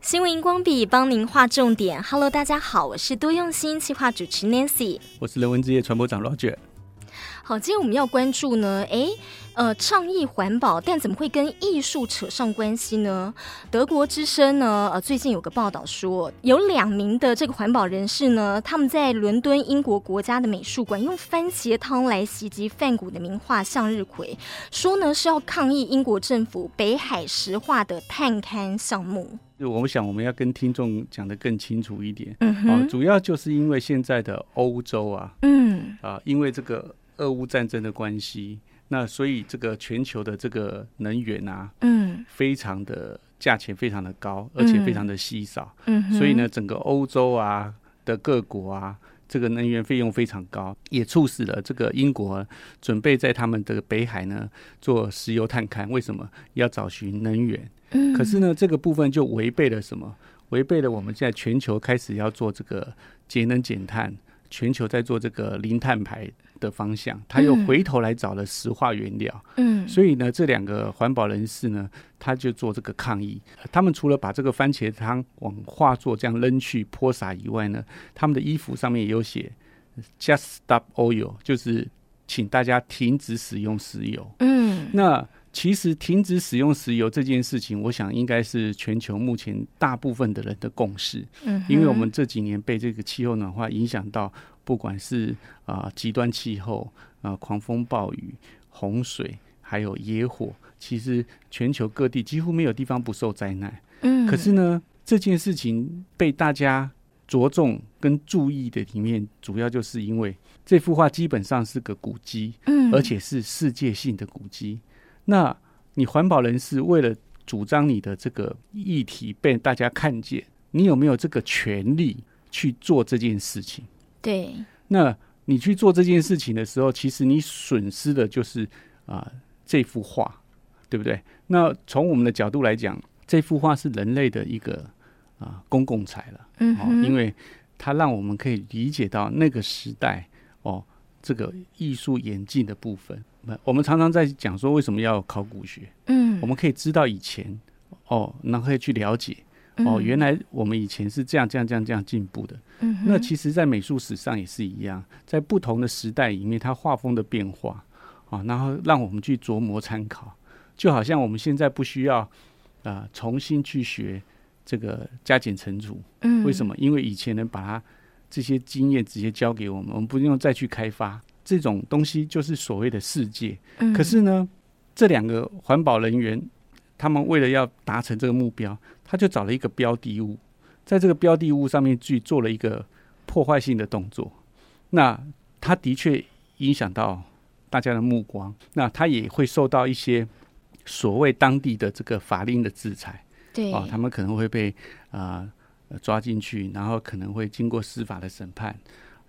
新闻荧光笔帮您画重点。Hello，大家好，我是多用心企划主持 Nancy。我是人文之夜传播长 Roger。好，今天我们要关注呢，诶，呃，倡议环保，但怎么会跟艺术扯上关系呢？德国之声呢，呃，最近有个报道说，有两名的这个环保人士呢，他们在伦敦英国国家的美术馆用番茄汤来袭击梵谷的名画向日葵，说呢是要抗议英国政府北海石化的探勘项目。就我想我们要跟听众讲得更清楚一点。嗯哦，哼，主要就是因为现在的欧洲啊嗯，啊，因为这个俄乌战争的关系，那所以这个全球的这个能源啊，嗯，非常的价钱非常的高，而且非常的稀少，嗯哼，所以呢，，整个欧洲啊的各国啊。这个能源费用非常高，也促使了这个英国准备在他们的北海呢做石油探勘。为什么要找寻能源？嗯，可是呢，这个部分就违背了什么？违背了我们现在全球开始要做这个节能减碳，全球在做这个零碳排的方向，它又嗯回头来找了石化原料。嗯，所以呢，这两个环保人士呢，他就做这个抗议。呃他们除了把这个番茄汤往画作这样扔去泼洒以外呢，他们的衣服上面也有写呃 “Just Stop Oil”，就是请大家停止使用石油。嗯，那其实停止使用石油这件事情，我想应该是全球目前大部分的人的共识，嗯哼，因为我们这几年被这个气候暖化影响到，不管是啊、极端气候、啊、狂风暴雨、洪水，还有野火，其实全球各地几乎没有地方不受灾难。嗯，可是呢，这件事情被大家着重跟注意的里面，主要就是因为这幅画基本上是个古迹，嗯，而且是世界性的古迹。那你环保人士为了主张你的这个议题被大家看见，你有没有这个权利去做这件事情？对，那你去做这件事情的时候，其实你损失的就是啊、这幅画，对不对？那从我们的角度来讲，这幅画是人类的一个啊、公共财了。嗯哦，哼，因为它让我们可以理解到那个时代哦，这个艺术演进的部分。那我们常常在讲说，为什么要考古学？嗯，我们可以知道以前哦，然后可以去了解哦，嗯原来我们以前是这样、这样、这样、这样进步的。嗯哼那其实，在美术史上也是一样，在不同的时代里面，它画风的变化啊，然后让我们去琢磨参考。就好像我们现在不需要啊、呃重新去学这个加减乘除，嗯为什？么？因为以前人把它这些经验直接交给我们，我们不用再去开发这种东西，就是所谓的世界。嗯可是呢，这两个环保人员，他们为了要达成这个目标，他就找了一个标的物，在这个标的物上面去做了一个破坏性的动作。那他的确影响到大家的目光，那他也会受到一些所谓当地的这个法令的制裁。对哦，他们可能会被啊、呃抓进去，然后可能会经过司法的审判，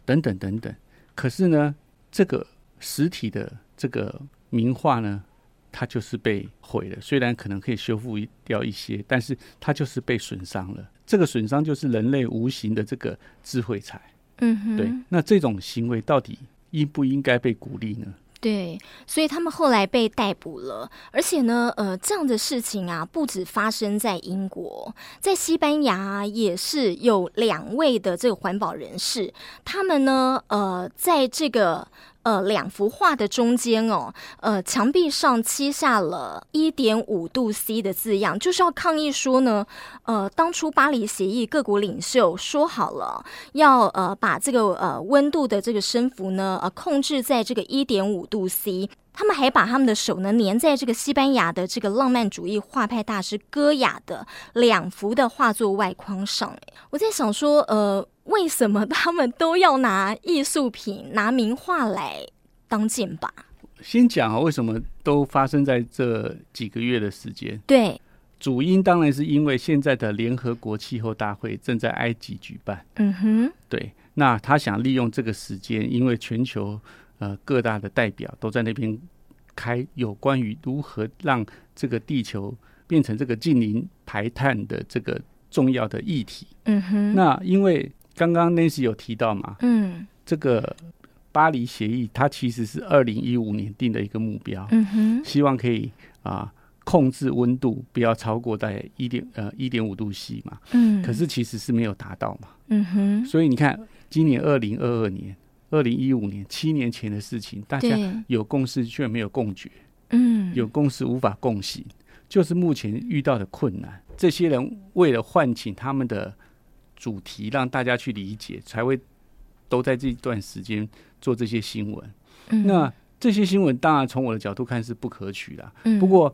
等等等等。可是呢，这个实体的这个名画呢，它就是被毁了。虽然可能可以修复一掉一些，但是它就是被损伤了。这个损伤就是人类无形的这个智慧财。嗯哼对，那这种行为到底应不应该被鼓励呢？对，所以他们后来被逮捕了。而且呢，呃，这样的事情啊，不止发生在英国，在西班牙、啊、也是有两位的这个环保人士，他们呢，呃，在这个。呃，两幅画的中间哦，呃，墙壁上漆下了一点五度 C 的字样，就是要抗议说呢，呃，当初巴黎协议各国领袖说好了，要呃把这个呃温度的这个升幅呢呃控制在这个一点五度 C。他们还把他们的手呢粘在这个西班牙的这个浪漫主义画派大师戈雅的两幅的画作外框上。诶我在想说，呃，为什么他们都要拿艺术品、拿名画来当剑拔？先讲啊，为什么都发生在这几个月的时间？对，主因当然是因为现在的联合国气候大会正在埃及举办，嗯哼，对，那他想利用这个时间，因为全球呃各大的代表都在那边开有关于如何让这个地球变成这个近零排碳的这个重要的议题。嗯哼，那因为刚刚 Nancy 有提到嘛，嗯这个巴黎协议它其实是二零一五年定的一个目标，嗯哼，希望可以啊、控制温度不要超过在一点呃一点五度 C 嘛，嗯，可是其实是没有达到嘛。嗯哼，所以你看，今年二零二二年、二零一五年七年前的事情，大家对，有共识却没有共觉，嗯，有共识无法共行，就是目前遇到的困难。这些人为了唤醒他们的主题，让大家去理解，才会都在这段时间做这些新闻。嗯那这些新闻当然从我的角度看是不可取的啊，嗯不过。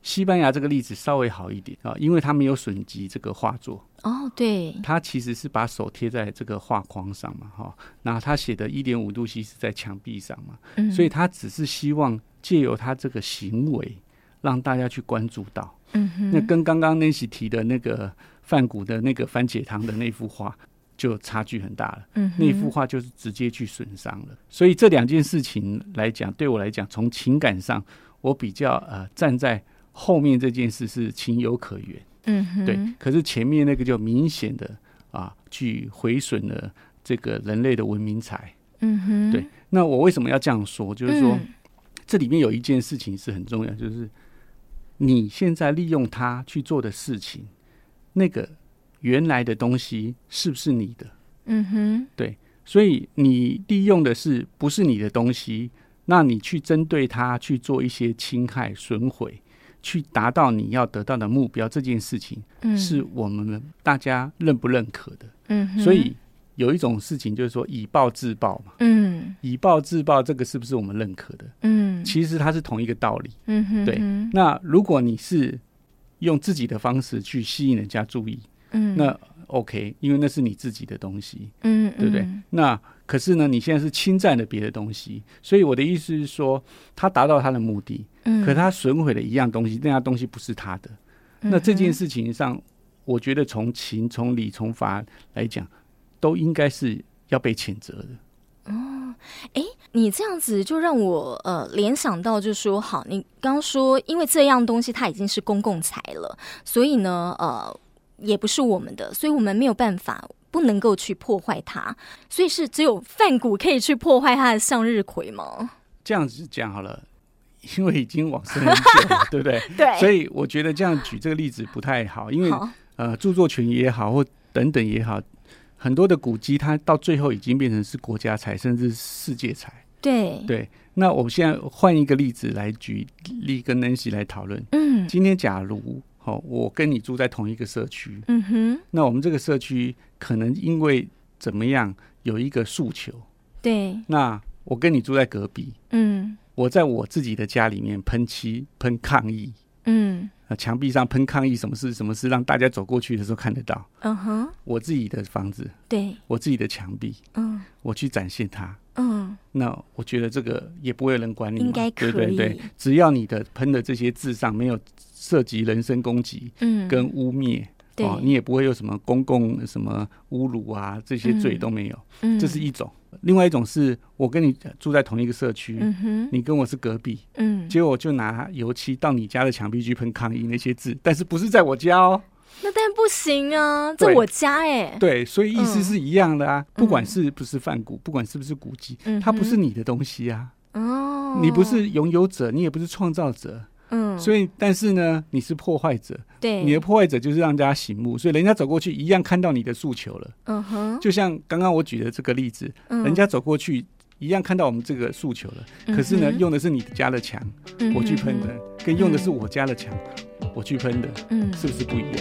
西班牙这个例子稍微好一点啊，因为它没有损及这个画作，哦，对，他其实是把手贴在这个画框上嘛，哈、那他写的一点五度 C 是在墙壁上嘛，嗯，所以他只是希望借由他这个行为，让大家去关注到。嗯哼，那跟刚刚 Nancy 提的那个范谷的那个番茄汤的那幅画就差距很大了。嗯哼那幅画就是直接去损伤了。所以这两件事情来讲，对我来讲，从情感上，我比较呃站在后面这件事是情有可原。嗯哼，对，可是前面那个就明显的啊，去毁损了这个人类的文明财。嗯哼，对那我为什么要这样说？就是说，嗯这里面有一件事情是很重要，就是你现在利用它去做的事情，那个原来的东西是不是你的？嗯哼，所以你利用的是不是你的东西？那你去针对它去做一些侵害、损毁，去达到你要得到的目标，这件事情嗯是我们大家认不认可的。嗯哼，所以有一种事情就是说以暴制暴嘛，嗯以暴制暴这个是不是我们认可的？嗯其实它是同一个道理。嗯哼，对嗯那如果你是用自己的方式去吸引人家注意，嗯那 OK，因为那是你自己的东西，嗯对不对？嗯那可是呢，你现在是侵占了别的东西，所以我的意思是说，他达到他的目的，嗯，可他损毁了一样东西，那样东西不是他的。那这件事事情上，我觉得从情、从理、从法来讲，都应该是要被谴责的。你这样子就让我呃联想到，就说好，你刚说因为这样东西它已经是公共财了，所以呢呃也不是我们的，所以我们没有办法。不能够去破坏它，所以是只有范谷可以去破坏它的向日葵吗？这样子讲好了，因为已经往生很久了，对不对？对，所以以我觉得这样举这个例子不太好，因为好，呃，著作权也好，或等等也好，很多的古迹它到最后已经变成是国家财，甚至世界财。对，对，那我现在换一个例子来举例跟 Nancy 来讨论。嗯今天假如好、哦，我跟你住在同一个社区，嗯哼，那我们这个社区可能因为怎么样有一个诉求，对，那我跟你住在隔壁，嗯我在我自己的家里面喷漆、喷抗议，嗯啊，墙壁上喷抗议，什么事什么事，让大家走过去的时候看得到。嗯哼，我自己的房子，对，我自己的墙壁，嗯我去展现它。嗯那我觉得这个也不会有人管你嘛，应该可以对对对，只要你的喷的这些字上没有涉及人身攻击嗯，跟污蔑，对，哦，你也不会有什么公共什么侮辱啊这些罪嗯都没有，嗯这是一种。另外一种是我跟你住在同一个社区，嗯哼你跟我是隔壁，嗯，结果我就拿油漆到你家的墙壁去喷抗议那些字，但是不是在我家哦？那但不行啊，这对我家哎、对，所以意思嗯是一样的啊，不管嗯是不是梵谷，不管是不是古迹，嗯哼它不是你的东西啊，哦，你不是拥有者，你也不是创造者，嗯，所以但是呢，你是破坏者，对，你的破坏者就是让大家醒目，所以人家走过去一样看到你的诉求了。嗯哼，就像刚刚我举的这个例子，嗯人家走过去一样看到我们这个诉求了，可是呢嗯，哼嗯用的是你的家的墙，我去喷，的，跟用的是我家的墙，我去喷的，嗯哼，是嗯不是不一样？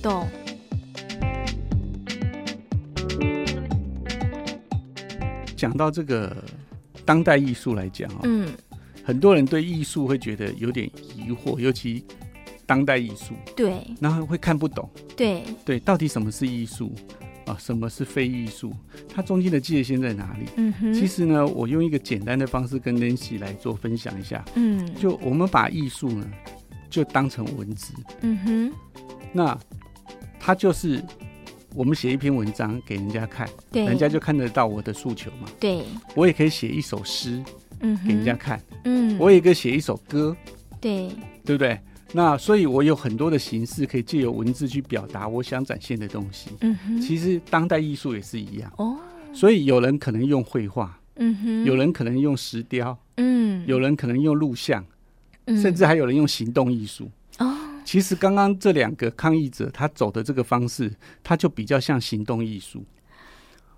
懂。讲到这个当代艺术来讲啊、哦，嗯，很多人对艺术会觉得有点疑惑，尤其当代艺术，对然后会看不懂，对，对，到底什么是艺术啊？什么是非艺术？它中间的界限在哪里？嗯哼，其实呢，我用一个简单的方式跟 Nancy 来做分享一下，嗯，就我们把艺术呢，就当成文字，嗯哼，那它就是我们写一篇文章给人家看，对，人家就看得到我的诉求嘛。对，我也可以写一首诗嗯哼，给人家，看，嗯，我也可以写一首歌，对，对不对？那所以，我有很多的形式可以借由文字去表达我想展现的东西。嗯哼，其实，当代艺术也是一样，哦，所以有人可能用绘画，嗯哼，有，人可能用石雕，嗯，有人可能用录像，嗯，甚至还有人用行动艺术。哦，其实刚刚这两个抗议者他走的这个方式，他就比较像行动艺术，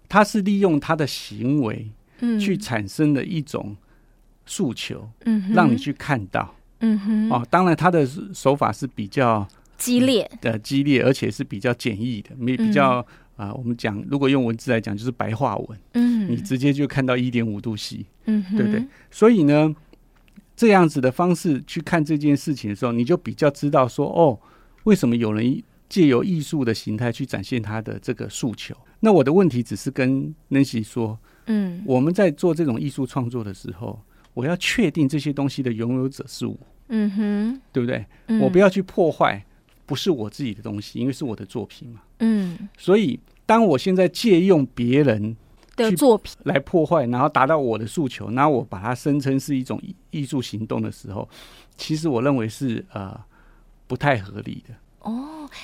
他是利用他的行为嗯，去，产生的一种诉求，嗯哼，让你，去看到。嗯哼，哦，当然他的手法是比较激烈，呃激烈，而且是比较简易的，没比较啊、我们讲如果用文字来讲，就是白话文，嗯，你直接就看到一点五度 C。嗯哼，对不对？所以呢，这样子的方式去看这件事情的时候，你就比较知道说，哦，为什么有人借由艺术的形态去展现他的这个诉求？那我的问题只是跟恩熙说，嗯我们在做这种艺术创作的时候，我要确定这些东西的拥有者是我，嗯哼，对不对？嗯我不，要去破坏不是我自己的东西，因为是我的作品嘛。嗯所以，当我现在借用别人的去作品，来破坏，然后达到我的诉求，那我把它声称是一种艺艺术行动的时候，其实我认为是呃不太合理的。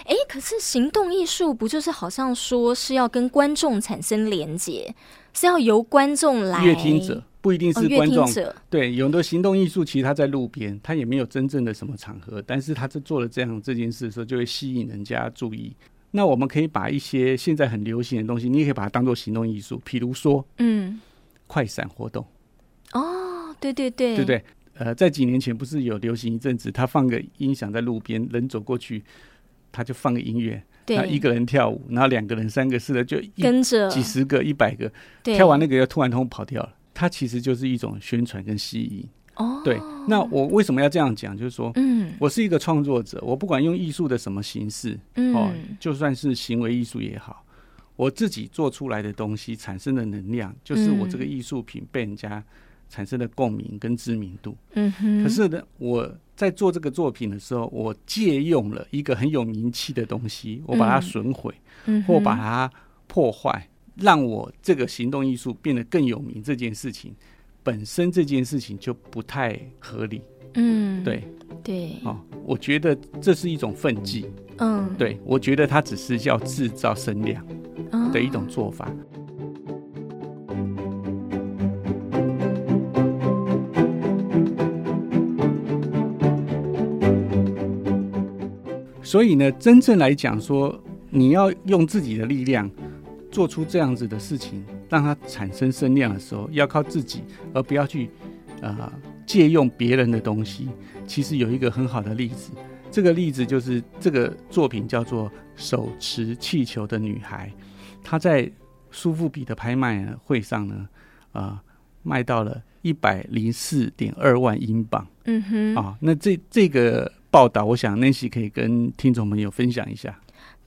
哎，可是行动艺术不就是好像说是要跟观众产生连接，是要由观众来乐听者不一定哦，是乐观众，听者，对，有的行动艺术其实他在路边，他也没有真正的什么场合，但是他在做了这样这件事的时候，就会吸引人家注意。那我们可以把一些现在很流行的东西，你也可以把它当做行动艺术，比如说嗯，快闪活动，哦，对对对，对不？对？呃，在几年前不是有流行一阵子，他放个音响在路边，人走过去，他就放个音乐，对，然后一个人跳舞，然后两个人、三个、四个，就一跟着几十个、一百个，对跳完那个又突然通跑掉了。它其实就是一种宣传跟吸引。哦，对，那我为什么要这样讲？就是说嗯我是一个创作者，我不管用艺术的什么形式，哦嗯，就算是行为艺术也好，我自己做出来的东西产生的能量，就是我嗯这个艺术品被人家产生的共鸣跟知名度。嗯哼，可是呢，我在做这个作品的时候，我借用了一个很有名气的东西，我把它嗯损毁、嗯或哼把它破坏，让我这个行动艺术变得更有名。这件事情本身这件事情就不太合理，嗯对对哦，我觉得这是一种奋际，嗯对我觉得它只是要制造声量哦的一种做法。所以呢，真正来讲说，你要用自己的力量做出这样子的事情，让它产生声量的时候，要靠自己，而不要去呃借用别人的东西。其实有一个很好的例子，这个例子就是这个作品叫做《手持气球的女孩》，她在苏富比的拍卖会上呢，呃，卖到了一百零四点二万英镑。嗯哼啊、那这这个报道，我想 Nancy 可以跟听众朋友分享一下。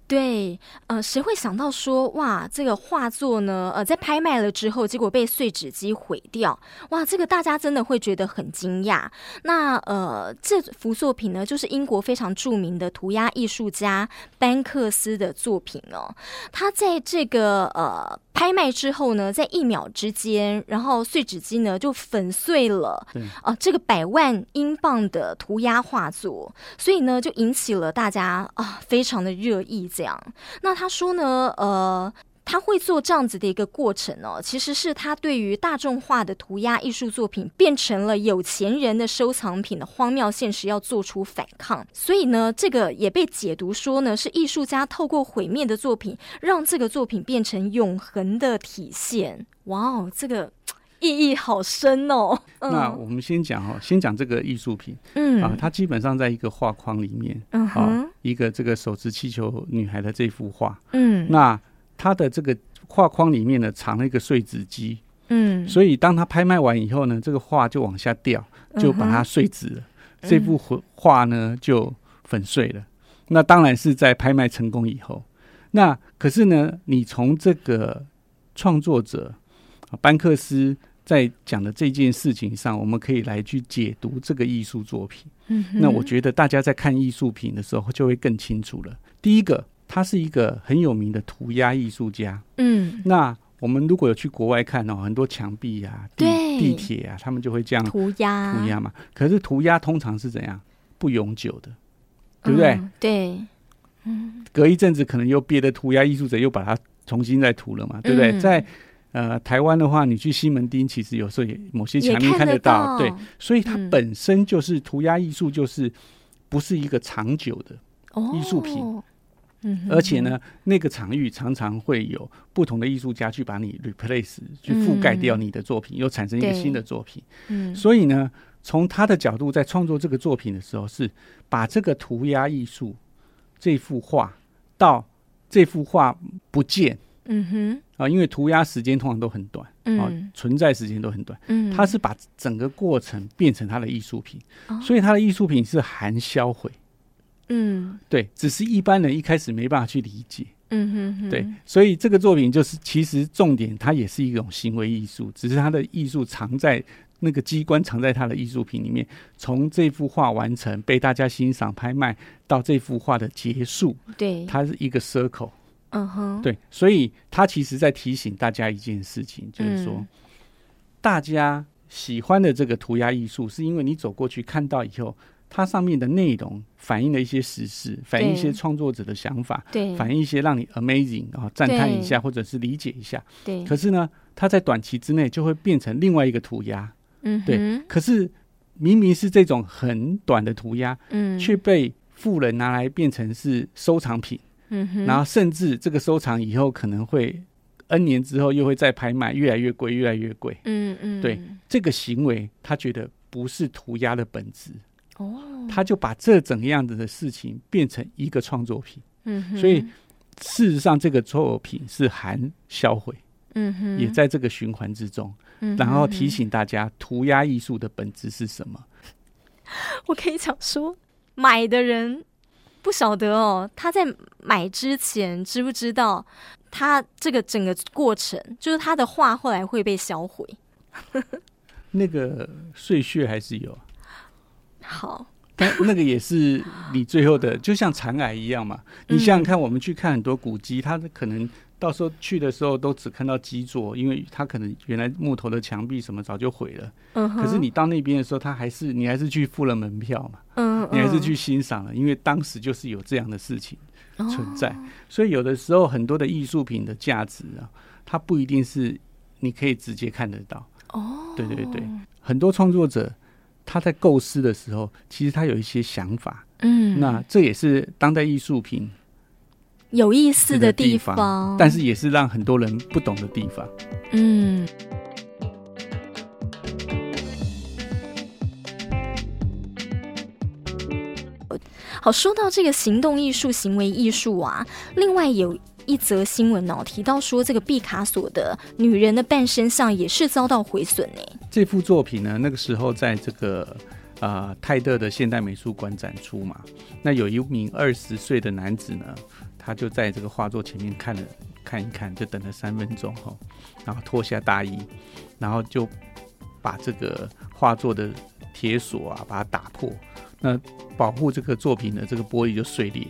对，呃，谁会想到说，哇，这个画作呢，呃，在拍卖了之后，结果被碎纸机毁掉，哇，这个大家真的会觉得很惊讶。那呃，这幅作品呢，就是英国非常著名的涂鸦艺术家班克斯的作品哦。他在这个呃拍卖之后呢，在一秒之间，然后碎纸机呢就粉碎了对，呃，这个百万英镑的涂鸦画作。所以呢，就引起了大家啊非常的热议。这样，那他说呢，呃。他会做这样子的一个过程哦，其实是他对于大众化的涂鸦艺术作品变成了有钱人的收藏品的荒谬现实要做出反抗，所以呢，这个也被解读说呢，是艺术家透过毁灭的作品，让这个作品变成永恒的体现。哇哦，这个意义好深哦。那嗯我们先讲哦，先讲这个艺术品嗯啊，它基本上在一个画框里面嗯啊哼，一个这个手持气球女孩的这幅画。嗯那它的这个画框里面呢，藏了一个碎纸机，嗯，所以当它拍卖完以后呢，这个画就往下掉，嗯就把它碎纸了。这幅画画呢就粉碎了。那当然是在拍卖成功以后。那可是呢，你从这个创作者啊班克斯在讲的这件事情上，我们可以来去解读这个艺术作品。嗯哼，那我觉得大家在看艺术品的时候就会更清楚了。第一个，他是一个很有名的涂鸦艺术家。嗯，那我们如果有去国外看哦，很多墙壁啊、地对地铁啊，他们就会这样涂鸦，涂鸦嘛。可是涂鸦通常是怎样？不永久的，对不对？嗯对，隔一阵子可能又别的涂鸦艺术者又把它重新再涂了嘛，对不对？嗯在呃台湾的话，你去西门町，其实有时候也某些也墙面看得到，对，，所以它嗯本身就是涂鸦艺术，就是不是一个长久的，哦，艺术品，嗯哼，而且呢，那个场域常常会有不同的艺术家去把你 replace，去覆盖掉你的作品，又产生一个嗯对新的作品。嗯，所以呢，从他的角度在创作这个作品的时候，是把这个涂鸦艺术这幅画到这幅画不见嗯哼，啊，因为涂鸦时间通常都很短啊，嗯存在时间都很短。嗯，他是把整个过程变成他的艺术品，哦所以他的艺术品是含销毁。嗯对，只是一般人一开始没办法去理解。嗯哼哼，对，所以这个作品就是其实重点，它也是一种行为艺术，只是它的艺术藏在那个机关藏在它的艺术品里面。从这幅画完成被大家欣赏拍卖到这幅画的结束，对，它是一个 circle。嗯哼，对，所以它其实在提醒大家一件事情，就是说、嗯大家喜欢的这个涂鸦艺术，是因为你走过去看到以后。它上面的内容反映了一些时事，反映一些对创作者的想法，对，反映一些让你 amazing 啊赞叹一下，或者是理解一下。对，可是呢，它在短期之内就会变成另外一个涂鸦。嗯哼，对可是明明是这种很短的涂鸦，嗯，却被富人拿来变成是收藏品，嗯哼，然后甚至这个收藏以后可能会 N 年之后又会再拍卖，越来越贵，越来越贵。嗯嗯，对，这个行为他觉得不是涂鸦的本质，哦，他就把这整样子的事情变成一个创作品。嗯哼，所以事实上，这个作品是含销毁，嗯哼，也在这个循环之中。嗯哼，然后提醒大家，涂鸦艺术的本质是什么？我可以讲说，买的人不晓得哦，他在买之前知不知道他这个整个过程，就是他的画后来会被销毁。那个碎屑还是有，好，但那个也是你最后的，就像残骸一样嘛。你嗯想想看，我们去看很多古迹，它可能到时候去的时候都只看到基座，因为它可能原来木头的墙壁什么早就毁了。嗯哼，可是你到那边的时候，它还是你还是去付了门票嘛，嗯，嗯，你还是去欣赏了，因为当时就是有这样的事情。哦存在。所以有的时候很多的艺术品的价值啊，它不一定是你可以直接看得到。哦，对对对，很多创作者他在构思的时候，其实他有一些想法。嗯，那这也是当代艺术品有意思的的地方，方，但是也是让很多人不懂的地方。嗯。好，说到这个行动艺术、行为艺术啊，另外有一则新闻哦，提到说这个毕卡索的《女人的半身像》也是遭到毁损呢。这幅作品呢，那个时候在这个呃泰德的现代美术馆展出嘛。那有一名二十岁的男子呢，他就在这个画作前面看了看一看，就等了三分钟哈、然后脱下大衣，然后就把这个画作的铁锁啊把它打破，那保护这个作品的这个玻璃就碎裂。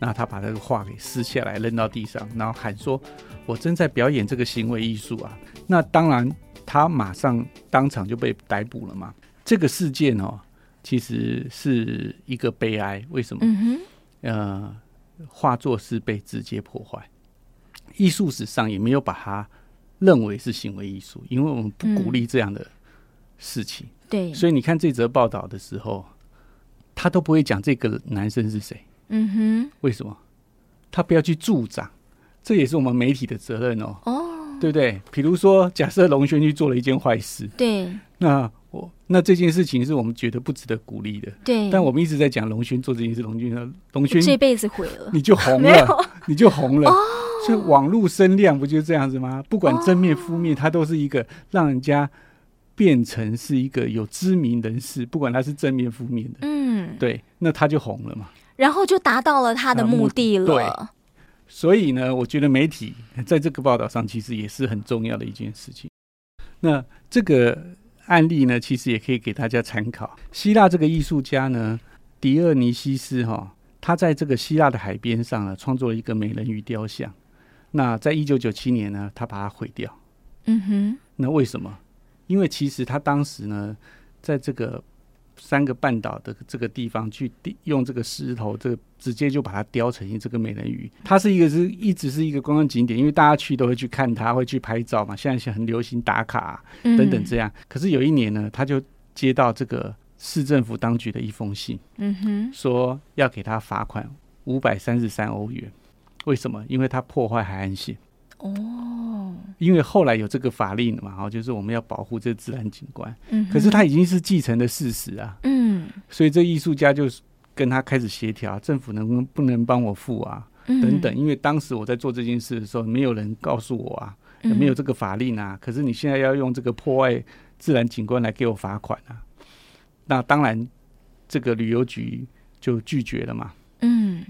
那他把这个画给撕下来扔到地上，然后喊说：“我正在表演这个行为艺术啊！”那当然，他马上当场就被逮捕了嘛。这个事件哦，其实是一个悲哀。为什么？嗯呃，画作是被直接破坏，艺术史上也没有把它认为是行为艺术，因为我们不鼓励这样的事情。哼，对，所以你看这则报道的时候，他都不会讲这个男生是谁，嗯为什么？他不要去助长，这也是我们媒体的责任哦，哼，哦，对不对？比如说，假设龙轩去做了一件坏事，对那我那这件事情是我们觉得不值得鼓励的。对，但我们一直在讲龙轩做这件事，龙轩说龙轩嗯这辈子毁了，你就红没有了，你就红了。所以网络声量不就这样子吗？不管正面负面，它都是一个让人家变成是一个有知名人士，不管他是正面负面的，嗯，对，那他就红了嘛。然后就达到了他的啊目目的对了。所以呢，我觉得媒体在这个报道上其实也是很重要的一件事情。那这个案例呢，其实也可以给大家参考。希腊这个艺术家呢，狄俄尼西斯哈、他在这个希腊的海边上呢，创作了一个美人鱼雕像。那在一九九七年呢，他把它毁掉。嗯哼，那为什么？因为其实他当时呢，在这个三个半岛的这个地方去地用这个石头，这个直接就把它雕成一这个美人鱼。它是一个是一直是一个观光景点，因为大家去都会去看它，会去拍照嘛。现在是很流行打卡啊、嗯等等这样。可是有一年呢，他就接到这个市政府当局的一封信，嗯哼，说要给他罚款五百三十三欧元。为什么？因为他破坏海岸线。哦，因为后来有这个法令嘛，哈，就是我们要保护这自然景观。嗯哼，可是他已经是继承的事实啊，嗯，所以这艺术家就是跟他开始协调，政府能不能不能帮我付啊，嗯等等。，因为当时我在做这件事的时候，没有人告诉我啊，也嗯没有这个法令啊。可是你现在要用这个破坏自然景观来给我罚款啊，那当然这个旅游局就拒绝了嘛。嗯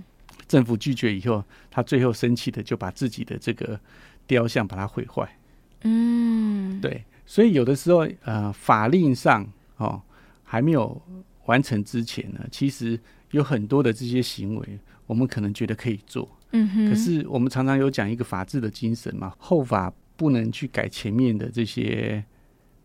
政府拒绝以后，他最后生气的就把自己的这个雕像把它毁坏。嗯，对，所以有的时候，呃，法令上哦还没有完成之前呢，其实有很多的这些行为，我们可能觉得可以做，嗯哼，可是我们常常有讲一个法治的精神嘛，后法不能去改前面的这些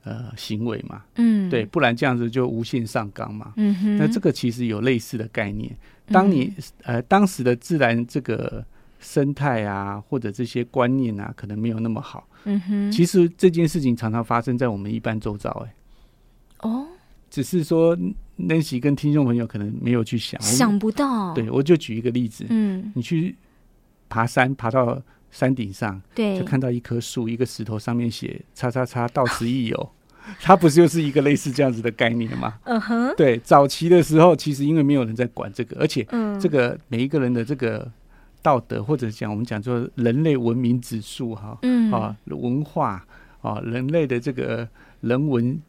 呃行为嘛，嗯，对，，不然这样子就无限上纲嘛。嗯哼，那这个其实有类似的概念，当你呃当时的自然这个生态啊，或者这些观念啊，可能没有那么好。嗯，嗯哼，其实这件事情常常发生在我们一般周遭、哎，哦，只是说 Nancy 跟听众朋友可能没有去想。我们想不到，，对，我就举一个例子，嗯，你去爬山，爬到山顶上，就对，看到一棵树，一个石头上面写“叉叉叉”，到此一游。 它不是就是一个类似这样子的概念 吗？嗯哼，对，早期的时候，其实因为没有人在管这个，而且嗯，这个每一个人的这个道德，或者讲我们讲说人类文明指数哈，嗯，啊，文化啊，人类的这个人文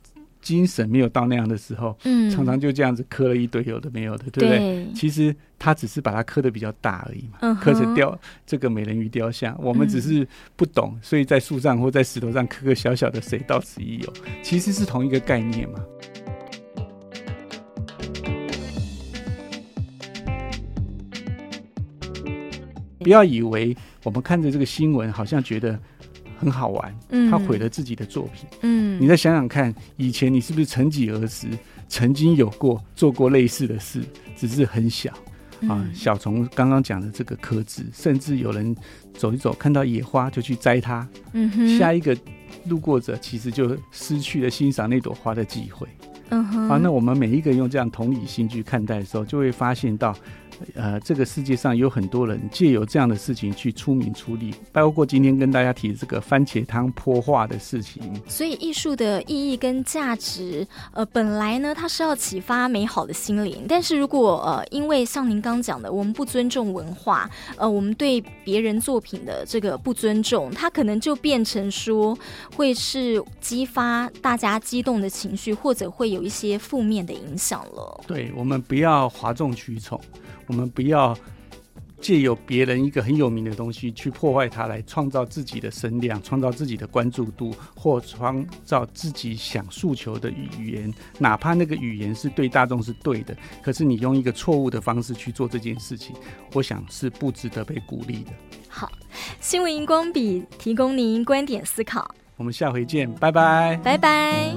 精神没有到那样的时候，嗯，常常就这样子磕了一堆有的没有的，对不对？对，其实他只是把它磕的比较大而已嘛，嗯哼，磕成雕这个美人鱼雕像，我们只嗯是不懂，所以在树上或在石头上磕个小小的谁到此一游，其实是同一个概念嘛。不要以为我们看着这个新闻好像觉得很好玩，嗯，他毁了自己的作品。嗯，你再想想看，以前你是不是曾几何时曾经有过做过类似的事，只是很小啊嗯，小虫刚刚讲的这个科子，甚至有人走一走看到野花就去摘它，嗯哼，下一个路过者其实就失去了欣赏那朵花的机会。嗯哼，啊，那我们每一个人用这样同理心去看待的时候，就会发现到，呃，这个世界上有很多人借由这样的事情去出名出力，包括今天跟大家提的这个番茄汤泼化的事情。所以艺术的意义跟价值，呃，本来呢它是要启发美好的心灵，但是如果呃因为像您刚讲的，我们不尊重文化，呃，我们对别人作品的这个不尊重，它可能就变成说会是激发大家激动的情绪，或者会有一些负面的影响了。对，我们不要哗众取宠，我们不要借由别人一个很有名的东西去破坏它，来创造自己的声量，创造自己的关注度，或创造自己想诉求的语言。哪怕那个语言是对大众是对的，可是你用一个错误的方式去做这件事情，我想是不值得被鼓励的。好，新闻荧光笔提供您观点思考，我们下回见，拜拜。拜拜。